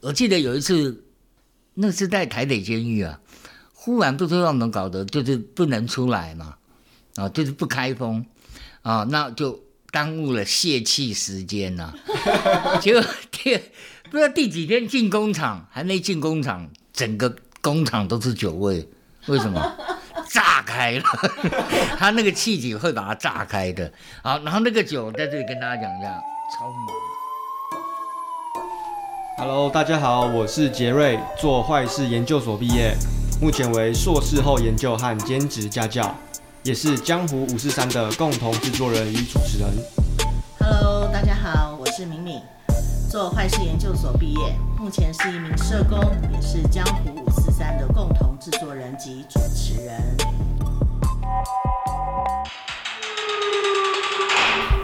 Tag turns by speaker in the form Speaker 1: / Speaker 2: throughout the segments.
Speaker 1: 我记得有一次，那是在台北监狱啊，忽然不知道怎么搞的，就是不能出来嘛，啊，就是不开封，啊，那就耽误了泄气时间呐、结果 第不知道第几天进工厂，还没进工厂，整个工厂都是酒味，为什么？炸开了， 他那个气体会把它炸开的。好，然后那个酒在这里跟大家讲一下，超猛。
Speaker 2: Hello，大家好，我是杰瑞，做坏事研究所毕业，目前为硕士后研究和兼职家教，也是江湖五四三的共同制作人与主持人。
Speaker 3: Hello，大家好，我是敏敏，做坏事研究所毕业，目前是一名社工，也是江湖五四三的共同制作人及主持人。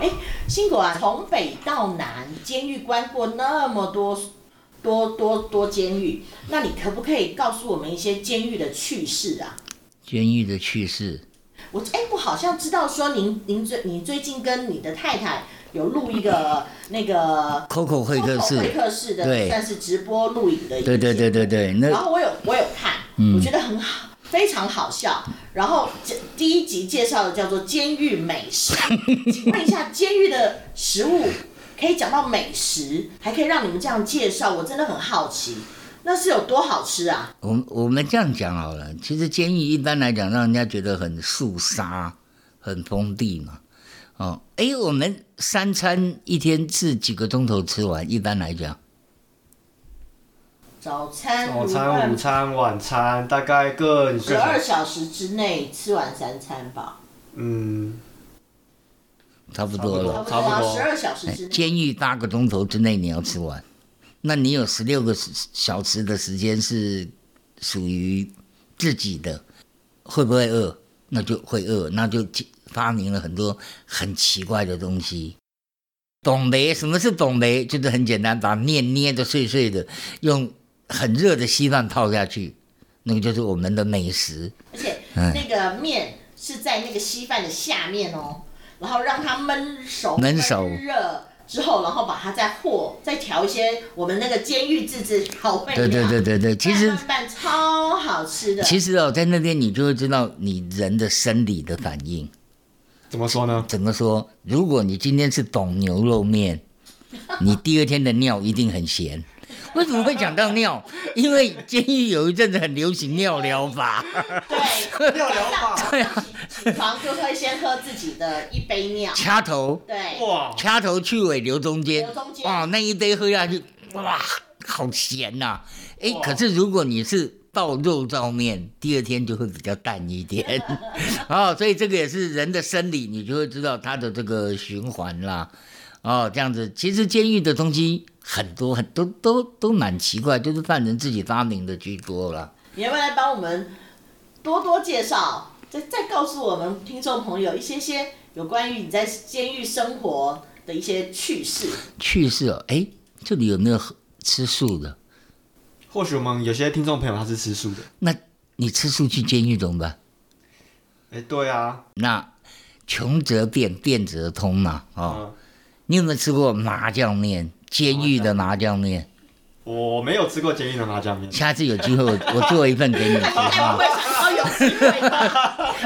Speaker 3: 哎，辛苦啊，从北到南，监狱关过那么多多多多监狱，那你可不可以告诉我们一些监狱的趣事啊？
Speaker 1: 监狱的趣事，
Speaker 3: 我哎、我好像知道说您您最你最近跟你的太太有录一个那个
Speaker 1: Coco 会客室
Speaker 3: 会客室的
Speaker 1: 对
Speaker 3: 算是直播录影的影
Speaker 1: 对对
Speaker 3: 片
Speaker 1: 对对对，嗯
Speaker 3: 然
Speaker 1: 那
Speaker 3: 后我有我有看，我觉得很好，非常好笑。然后这第一集介绍的叫做监狱美食，请问一下，监狱的食物可以讲到美食，还可以让你们这样介绍，我真的很好奇，那是有多好吃啊？
Speaker 1: 我们我们这样讲好了。其实监狱一般来讲，让人家觉得很肃杀、很封闭嘛。哦，哎，我们三餐一天是几个钟头吃完？一般来讲，
Speaker 3: 早餐、
Speaker 2: 早
Speaker 3: 午
Speaker 2: 餐、午餐、晚餐，大概各你
Speaker 3: 十
Speaker 2: 最
Speaker 3: 二小时之内吃完三餐吧，
Speaker 2: 嗯，
Speaker 1: 差不多了。
Speaker 2: 差不多
Speaker 3: 十二小时之内。
Speaker 1: 监狱八个钟头之内你要吃完，哎那你有十六个时小时的时间是属于自己的，会不会饿？那就会饿，那就发明了很多很奇怪的东西。懂梅，什么是懂梅？就是很简单，把面捏的碎碎的，用很热的稀饭泡下去，那个就是我们的美食。
Speaker 3: 而且
Speaker 1: 哎
Speaker 3: 那个面是在那个稀饭的下面哦，然后让它焖熟，
Speaker 1: 焖熟
Speaker 3: 热之后，然后把它再和，再调一些我们那个监狱自制调味料，
Speaker 1: 对对对对对，其实
Speaker 3: 拌拌拌超好吃的。
Speaker 1: 其
Speaker 3: 实
Speaker 1: 实哦，在那边你就会知道你人的生理的反应。
Speaker 2: 怎么说呢？
Speaker 1: 怎么说？如果你今天是懂牛肉面，你第二天的尿一定很咸。为什么会讲到尿？因为监狱有一阵子很流行尿疗法，
Speaker 3: 对，
Speaker 2: 料疗法
Speaker 3: 早上起床就会先喝自己的一杯尿，
Speaker 1: 掐头
Speaker 3: 对，
Speaker 2: 哇，
Speaker 1: 掐头去尾留中间
Speaker 3: 留中，间
Speaker 1: 哇，那一杯喝下去，哇，好咸呐、哎、
Speaker 2: 哇
Speaker 1: 可是如果你是爆肉燥面，第二天就会比较淡一 点。哦，所以这个也是人的生理，你就会知道它的这个循环啦。哦，这样子，其实监狱的东西很多，很都都都蛮奇怪，就是犯人自己发明的居多啦。
Speaker 3: 你要不要来帮我们多多介绍，再再告诉我们听众朋友一些些有关于你在监狱生活的一些趣事？
Speaker 1: 去世哦，哎，这里有没有喝吃素的？
Speaker 2: 或许我们有些听众朋友他是吃素的。
Speaker 1: 那你吃素去监狱怎么办？
Speaker 2: 哎、对啊，
Speaker 1: 那穷则变，变则通嘛。
Speaker 3: 啊
Speaker 1: 哦，
Speaker 2: 嗯，
Speaker 1: 你有没有吃过麻酱面？监狱的麻酱面，
Speaker 2: 我没有吃过监狱的麻酱面。
Speaker 1: 下次有机会我我做一份给你吃
Speaker 3: 哎，我
Speaker 1: 哈
Speaker 3: 会。想到有机会的。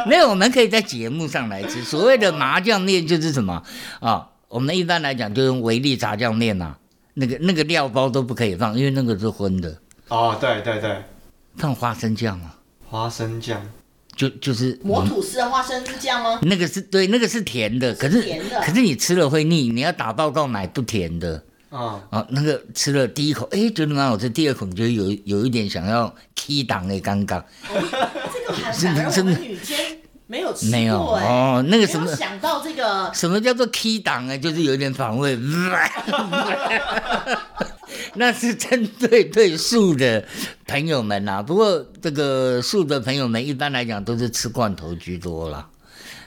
Speaker 1: 没有，我们可以在节目上来吃。所谓的麻酱面就是什么啊、我们一般来讲就用维力炸酱面啊，那个那个料包都不可以放，因为那个是荤的，
Speaker 2: 哦，对对对，
Speaker 1: 放花生酱啊，
Speaker 2: 花生酱。
Speaker 1: 就就是嗯
Speaker 3: 抹吐司的花生是这样吗？
Speaker 1: 那个是对，那个是甜的，可是
Speaker 3: 甜的
Speaker 1: 可是你吃了会腻，你要打报告买不甜的。
Speaker 2: 嗯，
Speaker 1: 哦，那个吃了第一口，哎，觉得蛮好吃。第二口你就有有一点想要 key 档的尴尬，
Speaker 3: 这个还反而我们女监没有吃
Speaker 1: 没有
Speaker 3: 过哎。
Speaker 1: 哦，那个
Speaker 3: 没
Speaker 1: 什么
Speaker 3: 有想到这个，
Speaker 1: 什么叫做 key 档呢？就是有一点反胃， 那是针对对素的朋友们啦、不过这个素的朋友们一般来讲都是吃罐头居多啦，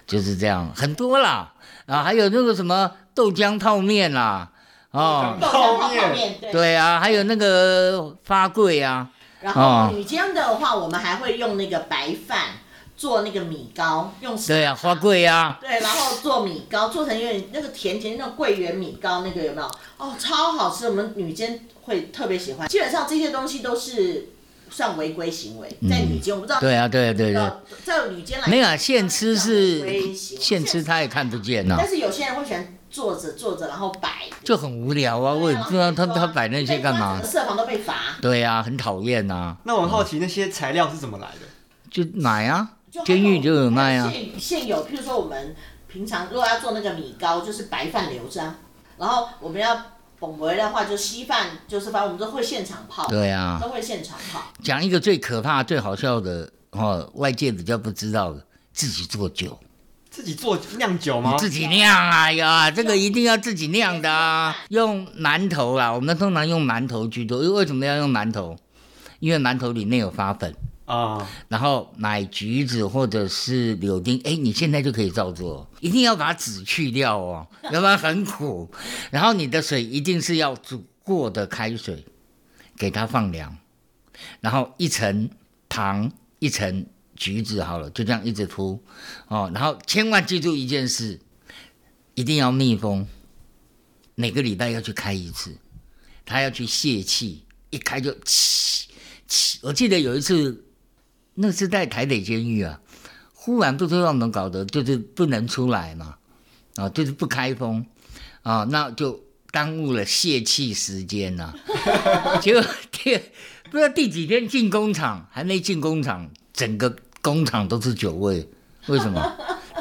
Speaker 1: 就是这样，很多啦啊，还有那个什么豆浆泡面啦，哦，
Speaker 3: 豆浆泡面，对。
Speaker 1: 对啊，还有那个发粿啊。啊
Speaker 3: 然后女监的话，我们还会用那个白饭做那个米糕，用
Speaker 1: 对呀、花贵啊呀、
Speaker 3: 对，然后做米糕，做成有点那个甜甜那种桂圆米糕，那个有没有？哦，超好吃，我们女监会特别喜欢。基本上这些东西都是算违规行为，
Speaker 1: 嗯
Speaker 3: 在女监我不知道，
Speaker 1: 对呀、啊对呀、对呀、
Speaker 3: 呃在女监来
Speaker 1: 没有啊，现吃
Speaker 3: 算违规
Speaker 1: 是
Speaker 3: 行为
Speaker 1: 现吃，他也看不见呐、
Speaker 3: 但是有些人会喜欢坐着坐着然后摆，
Speaker 1: 就很无聊啊，我也不知道他他摆那些干
Speaker 3: 被关
Speaker 1: 嘛
Speaker 3: 整。个社房都被罚，
Speaker 1: 对呀、很讨厌呐，
Speaker 2: 那我很好奇那些材料是怎么来的？
Speaker 1: 就买啊
Speaker 3: 就，
Speaker 1: 监狱就有卖啊。
Speaker 3: 现现有，譬如说我们平常如果要做那个米糕，就是白饭留着啊，然后我们要捧回的话，就稀饭，就是反正我们都会现场泡，
Speaker 1: 对呀、
Speaker 3: 都会现场泡。
Speaker 1: 讲一个最可怕、最好笑的哦，外界比较不知道的，自己做酒，
Speaker 2: 自己做酿酒吗
Speaker 1: 你？自己酿啊，哎呀，这个一定要自己酿的啊，用馒头啊啦，我们通常用馒头居多。为什么要用馒头？因为馒头里面有发粉，
Speaker 2: 啊，
Speaker 1: 然后买橘子或者是柳丁，哎，你现在就可以照做，一定要把籽去掉哦，要不然很苦。然后你的水一定是要煮过的开水，给它放凉，然后一层糖，一层橘子好了，就这样一直铺哦。然后千万记住一件事，一定要密封，每个礼拜要去开一次，它要去泄气，一开就气气。我记得有一次那是在台北监狱啊，忽然不知道怎么搞的，就是不能出来嘛，啊，就是不开封，啊，那就耽误了泄气时间呐、结果第不知道第几天进工厂，还没进工厂，整个工厂都是酒味，为什么？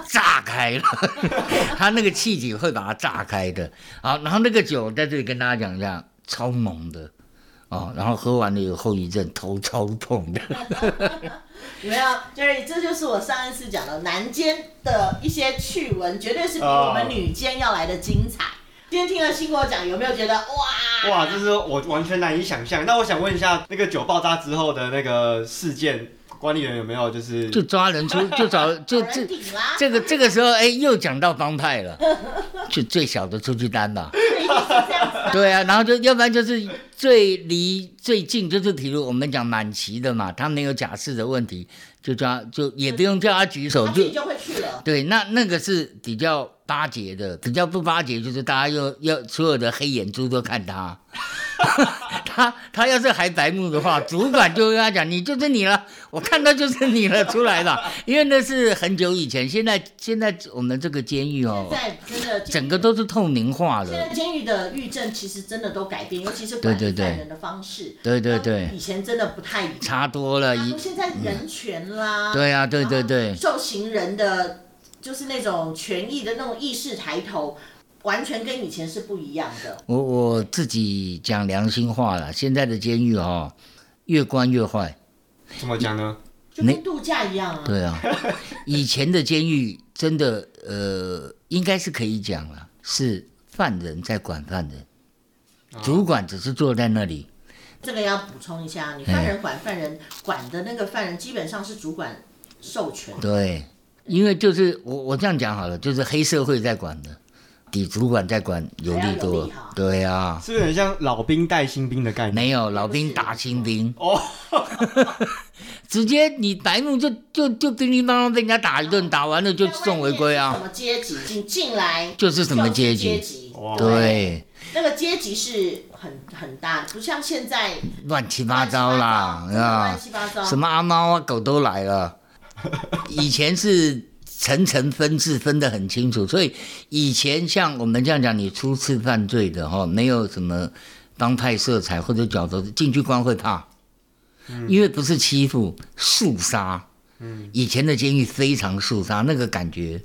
Speaker 1: 炸开了， 它那个气体会把它炸开的。好，然后那个酒在这里跟大家讲一下，超猛的哦，然后喝完了有后遗症，头超痛的。
Speaker 3: 有没有？就是这就是我上一次讲的南监的一些趣闻，绝对是比我们女监要来的精彩。今天听了新国讲，有没有觉得哇？
Speaker 2: 哇，这是我完全难以想象。那我想问一下，那个酒爆炸之后的那个事件，管理员有没有就是
Speaker 1: 就抓人 出，就找就
Speaker 3: 有人
Speaker 1: 这
Speaker 3: 顶啊啦，
Speaker 1: 这个这个时候，哎，又讲到帮派了， 就最小的出去单 吧。
Speaker 3: 一定是这样子的。
Speaker 1: 对啊，然后就要不然就是最离最近，就是比如我们讲满旗的嘛，他没有假释的问题，就抓就也不用叫他举手，
Speaker 3: 他自
Speaker 1: 就
Speaker 3: 己就会去了，
Speaker 1: 对，那那个是比较巴结的，比较不巴结就是大家要要所有的黑眼珠都看他， 他他要是还白目的话，主管就跟他讲你就是你了，我看到就是你了，出来吧，因为那是很久以前，现在现在我们这个监狱哦
Speaker 3: 现，在真的
Speaker 1: 整个都是透明化
Speaker 3: 现在
Speaker 1: 了，
Speaker 3: 监狱的狱政其实真的都改变，尤其是管
Speaker 1: 对对
Speaker 3: 理
Speaker 1: 对
Speaker 3: 犯人的方式。
Speaker 1: 对对对
Speaker 3: 以前真的不太一样。
Speaker 1: 差多了，
Speaker 3: 他
Speaker 1: 一
Speaker 3: 说现在人权啦，
Speaker 1: 对啊，对对对，
Speaker 3: 受刑人的就是那种权益的那种意识抬头，完全跟以前是不一样的。
Speaker 1: 我我自己讲良心话了，现在的监狱哦，越关越坏。
Speaker 2: 怎么讲呢？
Speaker 3: 就跟度假一样啊，
Speaker 1: 对啊，以前的监狱真的呃，应该是可以讲了，是犯人在管犯人，主管只是坐在那里。
Speaker 3: 这个要补充一下，你犯人管犯人管的那个犯人，基本上是主管授权，
Speaker 1: 对，因为就是我我这样讲好了，就是黑社会在管的，比主管在管有
Speaker 3: 还要
Speaker 1: 利
Speaker 3: 有
Speaker 1: 多
Speaker 3: 利哈。
Speaker 1: 对啊，
Speaker 2: 是不是很像老兵带新兵的概念？
Speaker 1: 没有老兵打新兵 哦，直接你白目就就就叮叮当当被人家打一顿，打完了就送违规
Speaker 3: 在
Speaker 1: 啊，
Speaker 3: 外面是什么阶级？你进来
Speaker 1: 就是什么阶
Speaker 3: 就是阶
Speaker 1: 级？
Speaker 3: 级？
Speaker 2: 哇
Speaker 1: 对。
Speaker 3: 那个阶级是很很大，不像现在
Speaker 1: 乱七八糟啦
Speaker 3: 真的
Speaker 1: 啊
Speaker 3: 乱！七八糟。
Speaker 1: 什么阿猫啊狗都来了。以前是层层分治，分得很清楚，所以以前像我们这样讲，你初次犯罪的哈、没有什么帮派色彩或者角头，进去关会怕，因为不是欺负，肃杀。以前的监狱非常肃杀，那个感觉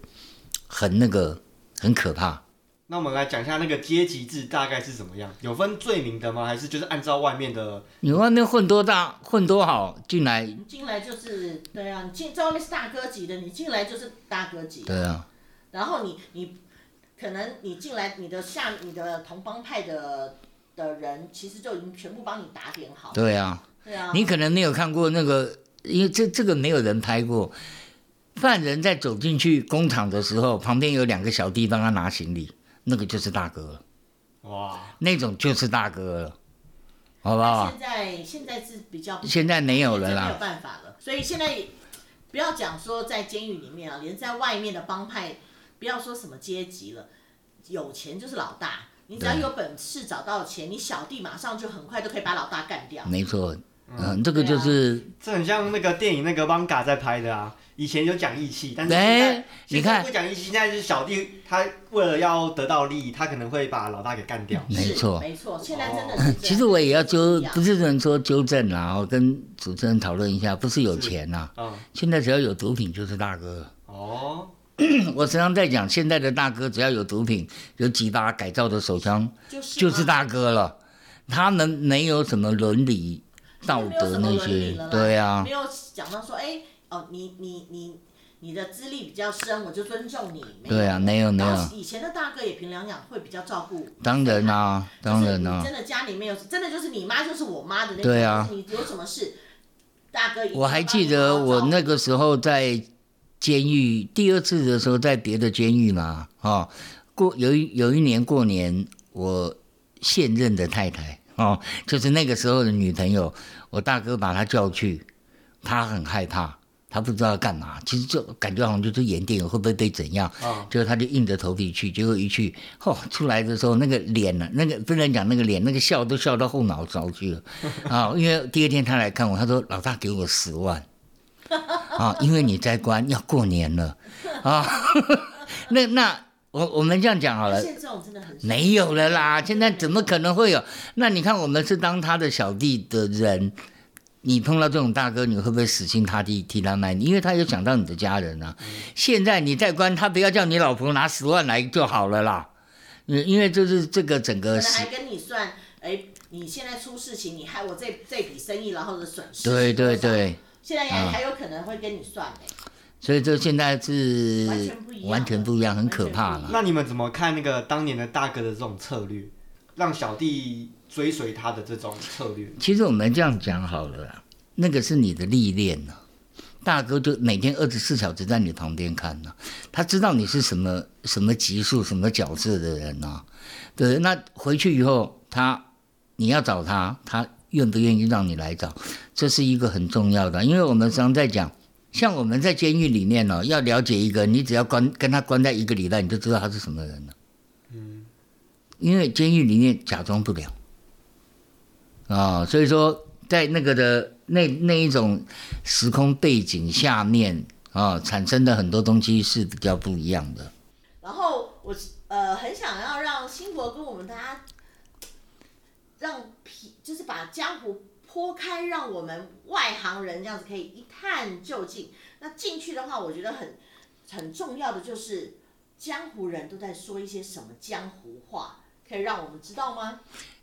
Speaker 1: 很那个很可怕。
Speaker 2: 那我们来讲一下那个阶级制大概是怎么样？有分罪名的吗？还是就是按照外面的？
Speaker 1: 你外面混多大混多好，进来
Speaker 3: 你进来就是对啊，你进在外面是大哥级的，你进来就是大哥级。
Speaker 1: 对啊，
Speaker 3: 然后你你可能你进来，你的下你的同帮派的的人，其实就已经全部帮你打点好。
Speaker 1: 对啊。
Speaker 3: 对啊，
Speaker 1: 你可能没有看过那个，因为这这个没有人拍过。犯人在走进去工厂的时候，旁边有两个小弟帮他拿行李，那个就是大哥了，
Speaker 2: 哇，
Speaker 1: 那种就是大哥了，好不好？
Speaker 3: 现在现在是比较
Speaker 1: 啊现在没有了
Speaker 3: 现在没
Speaker 1: 啦
Speaker 3: 有，办法了，所以现在。不要讲说在监狱里面啊，连在外面的帮派，不要说什么阶级了，有钱就是老大。你只要
Speaker 1: 对
Speaker 3: 有本事找到钱，你小弟马上就很快都可以把老大干掉。
Speaker 1: 没错，嗯，这个就是
Speaker 2: 这很像那个电影那个邦嘎在拍的啊。以前有讲义气，但是现
Speaker 1: 哎
Speaker 2: 在
Speaker 1: 你
Speaker 2: 现在
Speaker 1: 看
Speaker 2: 不讲义气，现在是小弟他为了要得到利益，他可能会把老大给干掉。
Speaker 1: 没错哦
Speaker 3: 是没错。现在真的是这样。
Speaker 1: 其实我也要纠
Speaker 3: 一，样
Speaker 1: 不是人说纠正啦，我跟主持人讨论一下，不是有
Speaker 2: 是
Speaker 1: 钱呐、
Speaker 2: 嗯，
Speaker 1: 现在只要有毒品就是大哥。
Speaker 2: 哦，
Speaker 1: 我常常在讲，现在的大哥只要有毒品，有几把改造的手枪
Speaker 3: 就是
Speaker 1: 就是
Speaker 3: 嘛
Speaker 1: 大哥了，他们没有什么伦理、道
Speaker 3: 没有
Speaker 1: 德
Speaker 3: 什
Speaker 1: 那
Speaker 3: 么伦理
Speaker 1: 些
Speaker 3: 了啦，
Speaker 1: 对啊
Speaker 3: 没，有讲到说，哎、哦，你你你你的资历比较深，我就尊重你。没有
Speaker 1: 对啊，没有没
Speaker 3: 然后
Speaker 1: 有，
Speaker 3: 以前的大哥也凭两养会比较照顾。
Speaker 1: 当然啦、啊当然啦、
Speaker 3: 就是你真的家里面有，真的就是你妈就是我妈的那种。
Speaker 1: 对啊
Speaker 3: 你有什么事，大哥一定
Speaker 1: 我还记
Speaker 3: 帮
Speaker 1: 得
Speaker 3: 你好好
Speaker 1: 我
Speaker 3: 照顾
Speaker 1: 那个时候在监狱第二次的时候，在别的监狱嘛，哦，过有一有一年过年，我现任的太太哦，就是那个时候的女朋友，我大哥把她叫去，她很害怕，她不知道要干嘛，其实就感觉好像就是演电影会不会被怎样，
Speaker 2: 嗯，
Speaker 1: 结果他就硬着头皮去，结果一去，哦，出来的时候那个脸呢、那个不能讲那个脸，那个笑都笑到后脑勺去了啊！因为第二天他来看我，他说：“老大给我十万啊，因为你在关要过年了啊。” 那那我我们这样讲好了
Speaker 3: 而，且这种真的很少
Speaker 1: 没有了啦，现在怎么可能会有？那你看，我们是当他的小弟的人，你碰到这种大哥，你会不会死心塌地替他卖你？因为他有想到你的家人啊。现在你在关，他不要叫你老婆拿十万来就好了啦。嗯，因为就是这个整
Speaker 3: 可
Speaker 1: 个
Speaker 3: 能
Speaker 1: 是
Speaker 3: 还，跟你算，哎、你现在出事情，你害我这这笔生意然后的损失。
Speaker 1: 对对。对，
Speaker 3: 现在
Speaker 1: 啊
Speaker 3: 还还有可能会跟你算、哎。
Speaker 1: 所以这现在是
Speaker 3: 完全不一样
Speaker 1: 完全不一样，很可怕
Speaker 3: 完全不一
Speaker 1: 了。
Speaker 2: 那你们怎么看那个当年的大哥的这种策略，让小弟追随他的这种策略？
Speaker 1: 其实我们这样讲好了啦，那个是你的历练呢、啊大哥就每天二十四小时在你旁边看呢、他知道你是什么什么级数、什么角色的人呐、对，那回去以后，他你要找他，他愿不愿意让你来找，这是一个很重要的，因为我们常在讲。像我们在监狱里面呢、哦要了解一个人，你只要关跟他关在一个礼拜，你就知道他是什么人了。嗯，因为监狱里面假装不了。啊、所以说在那个的那那一种时空背景下面啊、产生的很多东西是比较不一样的。
Speaker 3: 然后我呃很想要让新国跟我们大家，让皮就是把江湖剖开，让我们外行人这样子可以一探究竟。那进去的话，我觉得很很重要的就是江湖人都在说一些什么江湖话，可以让我们知道吗？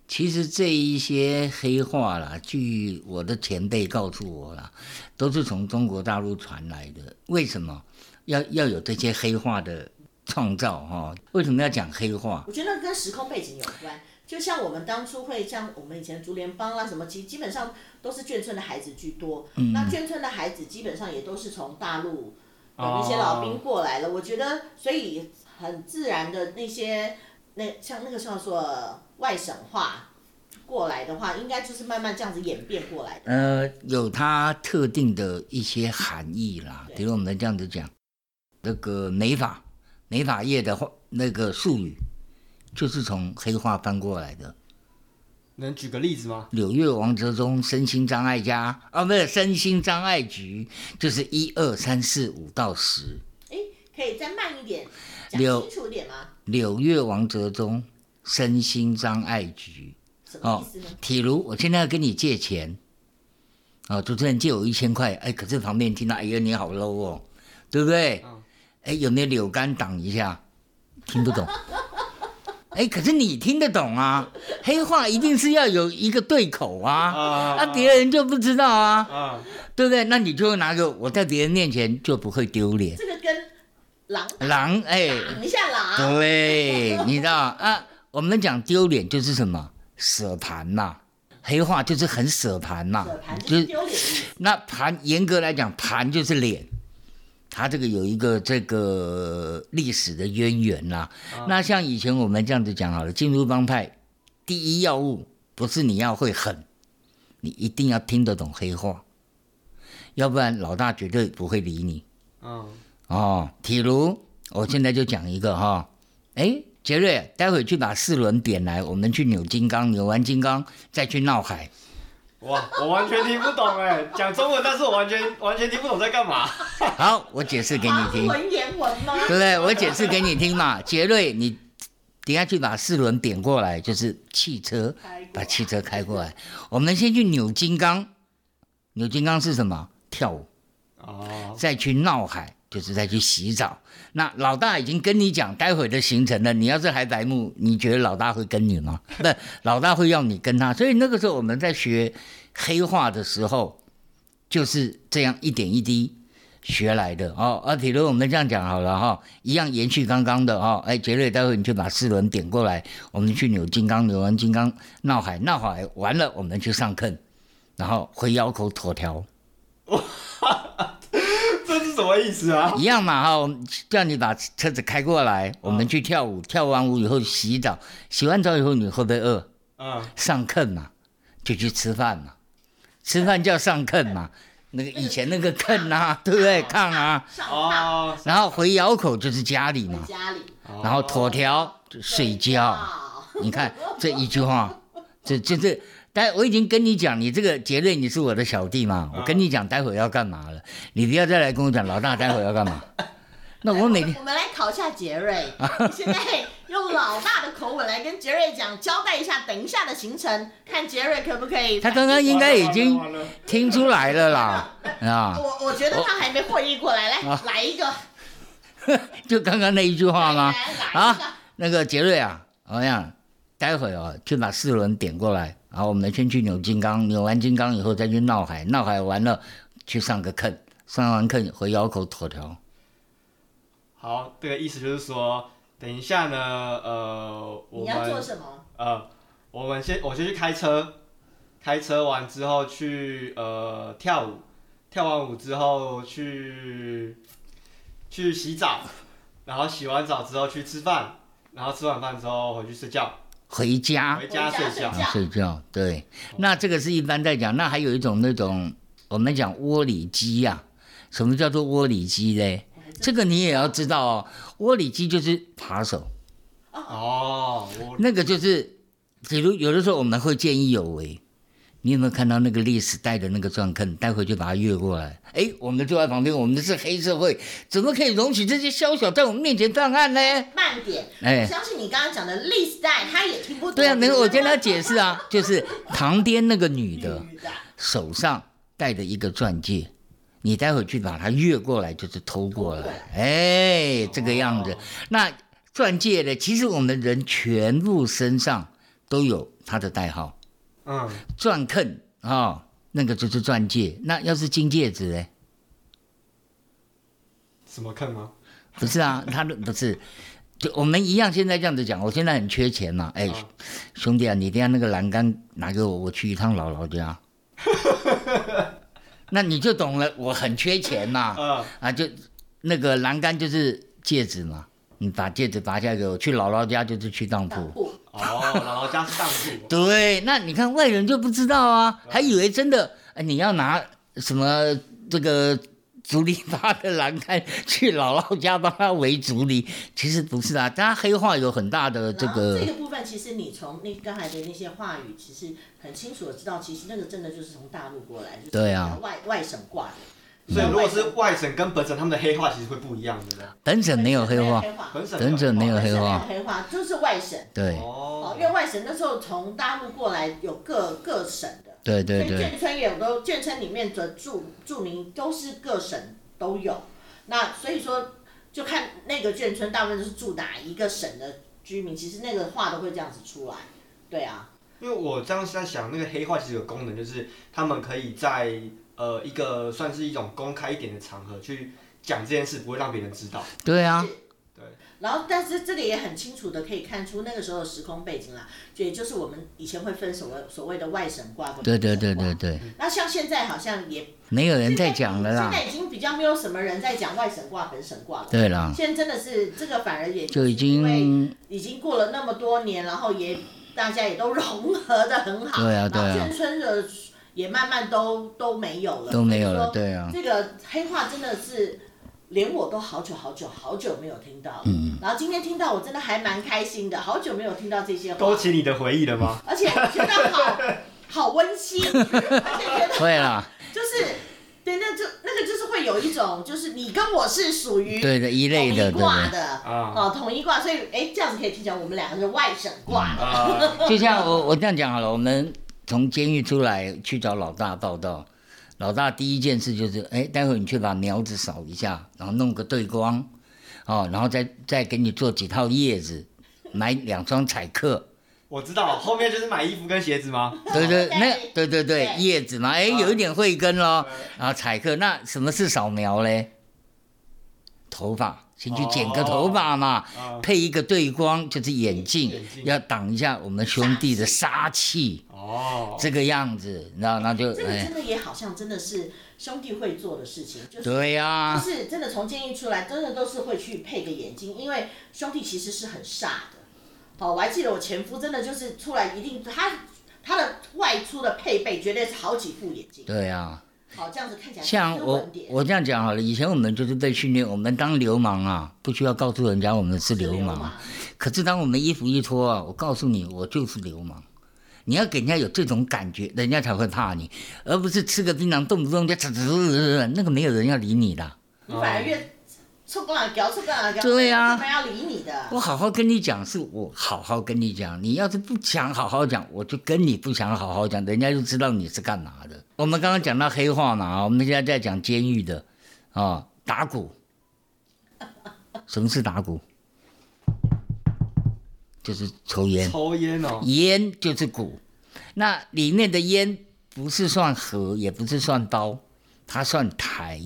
Speaker 1: 其实这一些黑话啦，据我的前辈告诉我啦，都是从中国大陆传来的。为什么要要有这些黑话的创造哈、为什么要讲黑话？
Speaker 3: 我觉得跟时空背景有关。就像我们当初会像我们以前竹联帮啦什么，其实基本上都是眷村的孩子居多。那眷村的孩子基本上也都是从大陆 有那些
Speaker 1: 哦
Speaker 3: 老兵过来了。我觉得，所以很自然的那些那像那个时候说外省话过来的话，应该就是慢慢这样子演变过来的。
Speaker 1: 呃，有它特定的一些含义啦，
Speaker 3: 对
Speaker 1: 比如我们这样子讲，那个美发美发业的话，那个术语就是从黑话翻过来的。
Speaker 2: 能举个例子吗？
Speaker 1: 柳越王哲宗身心障碍家啊，不是身心障碍局，就是一二三四五到十。
Speaker 3: 哎，可以再慢一点，讲
Speaker 1: 六
Speaker 3: 清楚一点吗？
Speaker 1: 柳越王哲宗身心障碍局，
Speaker 3: 什么意思呢？
Speaker 1: 譬如我现在要跟你借钱，啊、主持人借我一千块，哎，可是旁边听到，哎呀，你好 low 哦，对不对
Speaker 2: 嗯？
Speaker 1: 哎，有没有柳干挡一下？听不 懂。哎，可是你听得懂啊，黑话一定是要有一个对口啊，
Speaker 2: 啊
Speaker 1: 啊，别人就不知道啊，
Speaker 2: 啊，
Speaker 1: 对不对？那你就拿个我在别人面前就不会丢脸。
Speaker 3: 这个跟狼
Speaker 1: 狼，哎，
Speaker 3: 挡一下狼，
Speaker 1: 对，你知道啊？我们讲丢脸就是什么舍盘嘛，黑话就是很舍盘嘛
Speaker 3: 扯盘，
Speaker 1: 就是
Speaker 3: 就
Speaker 1: 是
Speaker 3: 丢脸的意思。
Speaker 1: 那盘严格来讲，盘就是脸，它这个有一个这个历史的渊源啦、那像以前我们这样子讲好了，进入帮派，第一要务不是你要会狠，你一定要听得懂黑话，要不然老大绝对不会理你
Speaker 2: 嗯，
Speaker 1: 哦。比如我现在就讲一个哈，哎，杰瑞，待会去把四轮点来，我们去扭金刚，扭完金刚再去闹海。
Speaker 2: 哇，我完全听不懂哎，讲中文，但是我完全完全听不懂在干嘛。
Speaker 1: 好，我解释给你
Speaker 3: 啊
Speaker 1: 听。
Speaker 3: 文言文吗？
Speaker 1: 对不对？我解释给你听嘛，杰瑞，你等一下去把四轮点过来，就是汽车，
Speaker 3: 开过
Speaker 1: 把汽车开过来。我们先去扭金刚，扭金刚是什么？跳舞，
Speaker 2: 哦，
Speaker 1: 再去闹海，就是再去洗澡。那老大已经跟你讲待会的行程了，你要是还白目，你觉得老大会跟你吗？ 不，老大会要你跟他。所以那个时候我们在学黑话的时候，就是这样一点一滴学来的哦。啊，比如我们这样讲好了哈、哦一样延续刚刚的哦。哎，杰瑞，待会你去把四轮点过来，我们去扭金刚，扭完金刚闹海，闹海完了，我们去上坑，然后回腰口妥条。
Speaker 2: 这是什么意思啊？
Speaker 1: 一样嘛哈、我们叫你把车子开过来，我们去跳舞，跳完舞以后洗澡，洗完澡以后你会不会饿？
Speaker 2: 嗯，
Speaker 1: 上炕嘛，就去吃饭嘛，吃饭叫上炕嘛，那个以前那个炕啊，对不对？炕啊，
Speaker 3: 上炕
Speaker 2: 哦，
Speaker 1: 然后回窑口就是家里
Speaker 3: 回
Speaker 1: 嘛，
Speaker 3: 家里
Speaker 1: 然后
Speaker 2: 哦
Speaker 1: 妥条就睡觉。你看这一句话，这就是。但我已经跟你讲，你这个杰瑞你是我的小弟嘛，我跟你讲待会要干嘛了，你不要再来跟我讲老大待会要干嘛。那我每天
Speaker 3: 哎我们来考一下 杰瑞，你现在用老大的口吻来跟杰瑞讲，交代一下等一下的行程，看杰瑞可不可以。
Speaker 1: 他刚刚应该已经
Speaker 2: 完了完了
Speaker 1: 听出来了啦，啊，
Speaker 3: 我我觉得他还没会意过来，来来一个，
Speaker 1: 就刚刚那一句话吗？
Speaker 3: 来来来一个
Speaker 1: 啊，那个杰瑞啊，我想待会儿啊，去把四轮点过来，然后我们先去扭金刚，扭完金刚以后再去闹海，闹海完了去上个坑，上完坑回窑口妥条。
Speaker 2: 好，这个意思就是说，等一下呢，呃，我
Speaker 3: 你要做
Speaker 2: 们
Speaker 3: 什么？
Speaker 2: 呃，我们先我先去开车，开车完之后去呃跳舞，跳完舞之后去去洗澡，然后洗完澡之后去吃饭，然后吃完饭之后回去睡觉，
Speaker 1: 回家
Speaker 2: 啊
Speaker 1: 啊
Speaker 2: 回家睡觉
Speaker 3: 回。家
Speaker 1: 睡觉，对，那这个是一般在讲。那还有一种那种，我们讲窝里鸡呀、什么叫做窝里鸡嘞？这个你也要知道哦。窝里鸡就是扒手，
Speaker 2: 哦，我
Speaker 1: 那个就是，比如有的时候我们会见义勇为。你有没有看到那个历史带的那个钻坑？待会就把它越过来。哎，我们坐在旁边，我们是黑社会，怎么可以容许这些宵小在我们面前犯案呢？
Speaker 3: 慢点，我
Speaker 1: 哎，
Speaker 3: 相信你刚刚讲的 list 带他也听不懂。
Speaker 1: 对啊，没有，我跟他解释啊，就是旁边那个女的
Speaker 3: 女的
Speaker 1: 手上戴着一个钻戒，你待会去把它越过来，就是偷过来。哎，这个样子。那钻戒呢？其实我们人全部身上都有它的代号。
Speaker 2: 嗯，
Speaker 1: 钻坑啊、哦，那个就是钻戒。那要是金戒指呢？
Speaker 2: 什么坑吗？
Speaker 1: 不是啊， 他的不是。就我们一样，现在这样子讲，我现在很缺钱嘛，哎、
Speaker 2: 啊
Speaker 1: 兄弟啊，你等一下那个栏杆拿给我，我去一趟姥姥家，那你就懂了，我很缺钱嘛，
Speaker 2: 嗯，
Speaker 1: 啊，就那个栏杆就是戒指嘛，你把戒指拔下给我，去姥姥家就是去当
Speaker 3: 当
Speaker 1: 铺，
Speaker 3: 铺，
Speaker 2: 哦，然后加上树。
Speaker 1: 对，那你看外人就不知道啊，还以为真的，哎你要拿什么这个竹篱笆的栏杆去姥姥家帮他围竹篱，其实不是啊，他黑化有很大的这
Speaker 3: 然后
Speaker 1: 个
Speaker 3: 啊这个部分，其实你从那刚才的那些话语，其实很清楚的知道，其实那个真的就是从大陆过来，就是
Speaker 1: 对啊
Speaker 3: 外外省挂的。
Speaker 2: 所以如果是外省跟本省，他们的黑话其实会不一样的呢。
Speaker 1: 本省没有黑化，
Speaker 2: 本省
Speaker 1: 本省没有
Speaker 3: 本
Speaker 1: 黑
Speaker 3: 省没有
Speaker 1: 化，
Speaker 3: 黑化，就是外省。
Speaker 1: 对
Speaker 3: 哦
Speaker 2: 哦，，
Speaker 3: 因为外省那时候从大陆过来，有各各省的，
Speaker 1: 对对
Speaker 3: 所以
Speaker 1: 对
Speaker 3: 眷村也都眷村里面的住住民都是各省都有。那所以说，就看那个眷村大部分都是住哪一个省的居民，其实那个话都会这样子出来。对啊，
Speaker 2: 因为我这样在想，那个黑化其实有功能，就是他们可以在呃一个算是一种公开一点的场合去讲这件事，不会让别人知道。
Speaker 1: 对啊，
Speaker 3: 然后但是这里也很清楚的可以看出那个时候的时空背景啦，就也就是我们以前会分所谓所谓的外省挂跟
Speaker 1: 对对
Speaker 3: 本
Speaker 1: 对
Speaker 3: 省挂
Speaker 1: 对。对，
Speaker 3: 那像现在好像也
Speaker 1: 没有人在讲了啦
Speaker 3: 现，在已经比较没有什么人在讲外省挂本省挂了。
Speaker 1: 对啦，
Speaker 3: 现在真的是这个反而也
Speaker 1: 就已
Speaker 3: 因为
Speaker 1: 经
Speaker 3: 已经过了那么多年，然后也大家也都融合的很好，
Speaker 1: 对啊对啊
Speaker 3: 然后眷村的也慢慢都都没有了，
Speaker 1: 都没有了
Speaker 3: 所以说
Speaker 1: 对啊
Speaker 3: 这个黑话真的是。连我都好久好久好久没有听到了，
Speaker 1: 嗯
Speaker 3: 然后今天听到我真的还蛮开心的，好久没有听到这些话，
Speaker 2: 勾起你的回忆了吗？
Speaker 3: 而且觉得好好温馨，而且觉得
Speaker 1: 会啦，
Speaker 3: 就是对，那就那个就是会有一种，就是你跟我是属于
Speaker 1: 对的，一类的，
Speaker 3: 同
Speaker 1: 对
Speaker 3: 一挂
Speaker 1: 不
Speaker 3: 的
Speaker 2: 啊
Speaker 3: 哦，统一挂，所以哎，这样子可以听起来我们两个是外省
Speaker 1: 嗯
Speaker 3: 挂的，
Speaker 2: 啊，
Speaker 1: 对？就像我我这样讲好了，我们从监狱出来去找老大报道，老大第一件事就是，哎，待会你去把苗子扫一下，然后弄个对光，哦，然后再再给你做几套叶子，买两双彩克。
Speaker 2: 我知道，后面就是买衣服跟鞋子吗？
Speaker 1: 对对，
Speaker 3: 对
Speaker 1: 那对对对
Speaker 3: 对
Speaker 1: 叶子嘛，哎，
Speaker 2: 啊
Speaker 1: 有一点慧根咯。
Speaker 2: 对
Speaker 1: 然后采克，那什么是扫描嘞？头发，先去剪个头发嘛，
Speaker 2: 啊
Speaker 1: 配一个对光，就是眼镜
Speaker 2: 眼，镜
Speaker 1: 要挡一下我们兄弟的杀气，
Speaker 2: 哦，
Speaker 1: 这个样子，你知道，那就
Speaker 3: 这个
Speaker 1: 哎
Speaker 3: 真，的也好像真的是兄弟会做的事情，就是。
Speaker 1: 对啊呀、
Speaker 3: 就是真的从监狱出来，真的都是会去配个眼睛，因为兄弟其实是很煞的。哦，我还记得我前夫真的就是出来一定他他的外出的配备绝对是好几副眼睛，
Speaker 1: 对呀、
Speaker 3: 好这样子看起来
Speaker 1: 像
Speaker 3: 斯
Speaker 1: 我
Speaker 3: 文点
Speaker 1: 我这样讲好了，以前我们就是被训练，我们当流氓啊，不需要告诉人家我们是流
Speaker 3: 流
Speaker 1: 氓。啊可是当我们衣服一脱啊，我告诉你，我就是流氓。你要给人家有这种感觉，人家才会怕你，而不是吃个槟榔动不动就呲呲呲呲，那个没有人要理你的。
Speaker 2: 哦
Speaker 3: 你反而越冲过来搞冲过来搞，
Speaker 1: 对呀
Speaker 3: 没人要理你的。
Speaker 1: 我好好跟你讲，是我好好跟你讲，你要是不想好好讲，我就跟你不想好好讲，人家就知道你是干嘛的。我们刚刚讲到黑话嘛，我们现在在讲监狱的啊、打鼓。什么是打鼓？就是抽烟。
Speaker 2: 抽烟哦，
Speaker 1: 烟就是鼓，那里面的烟不是算盒，也不是算包，它算台，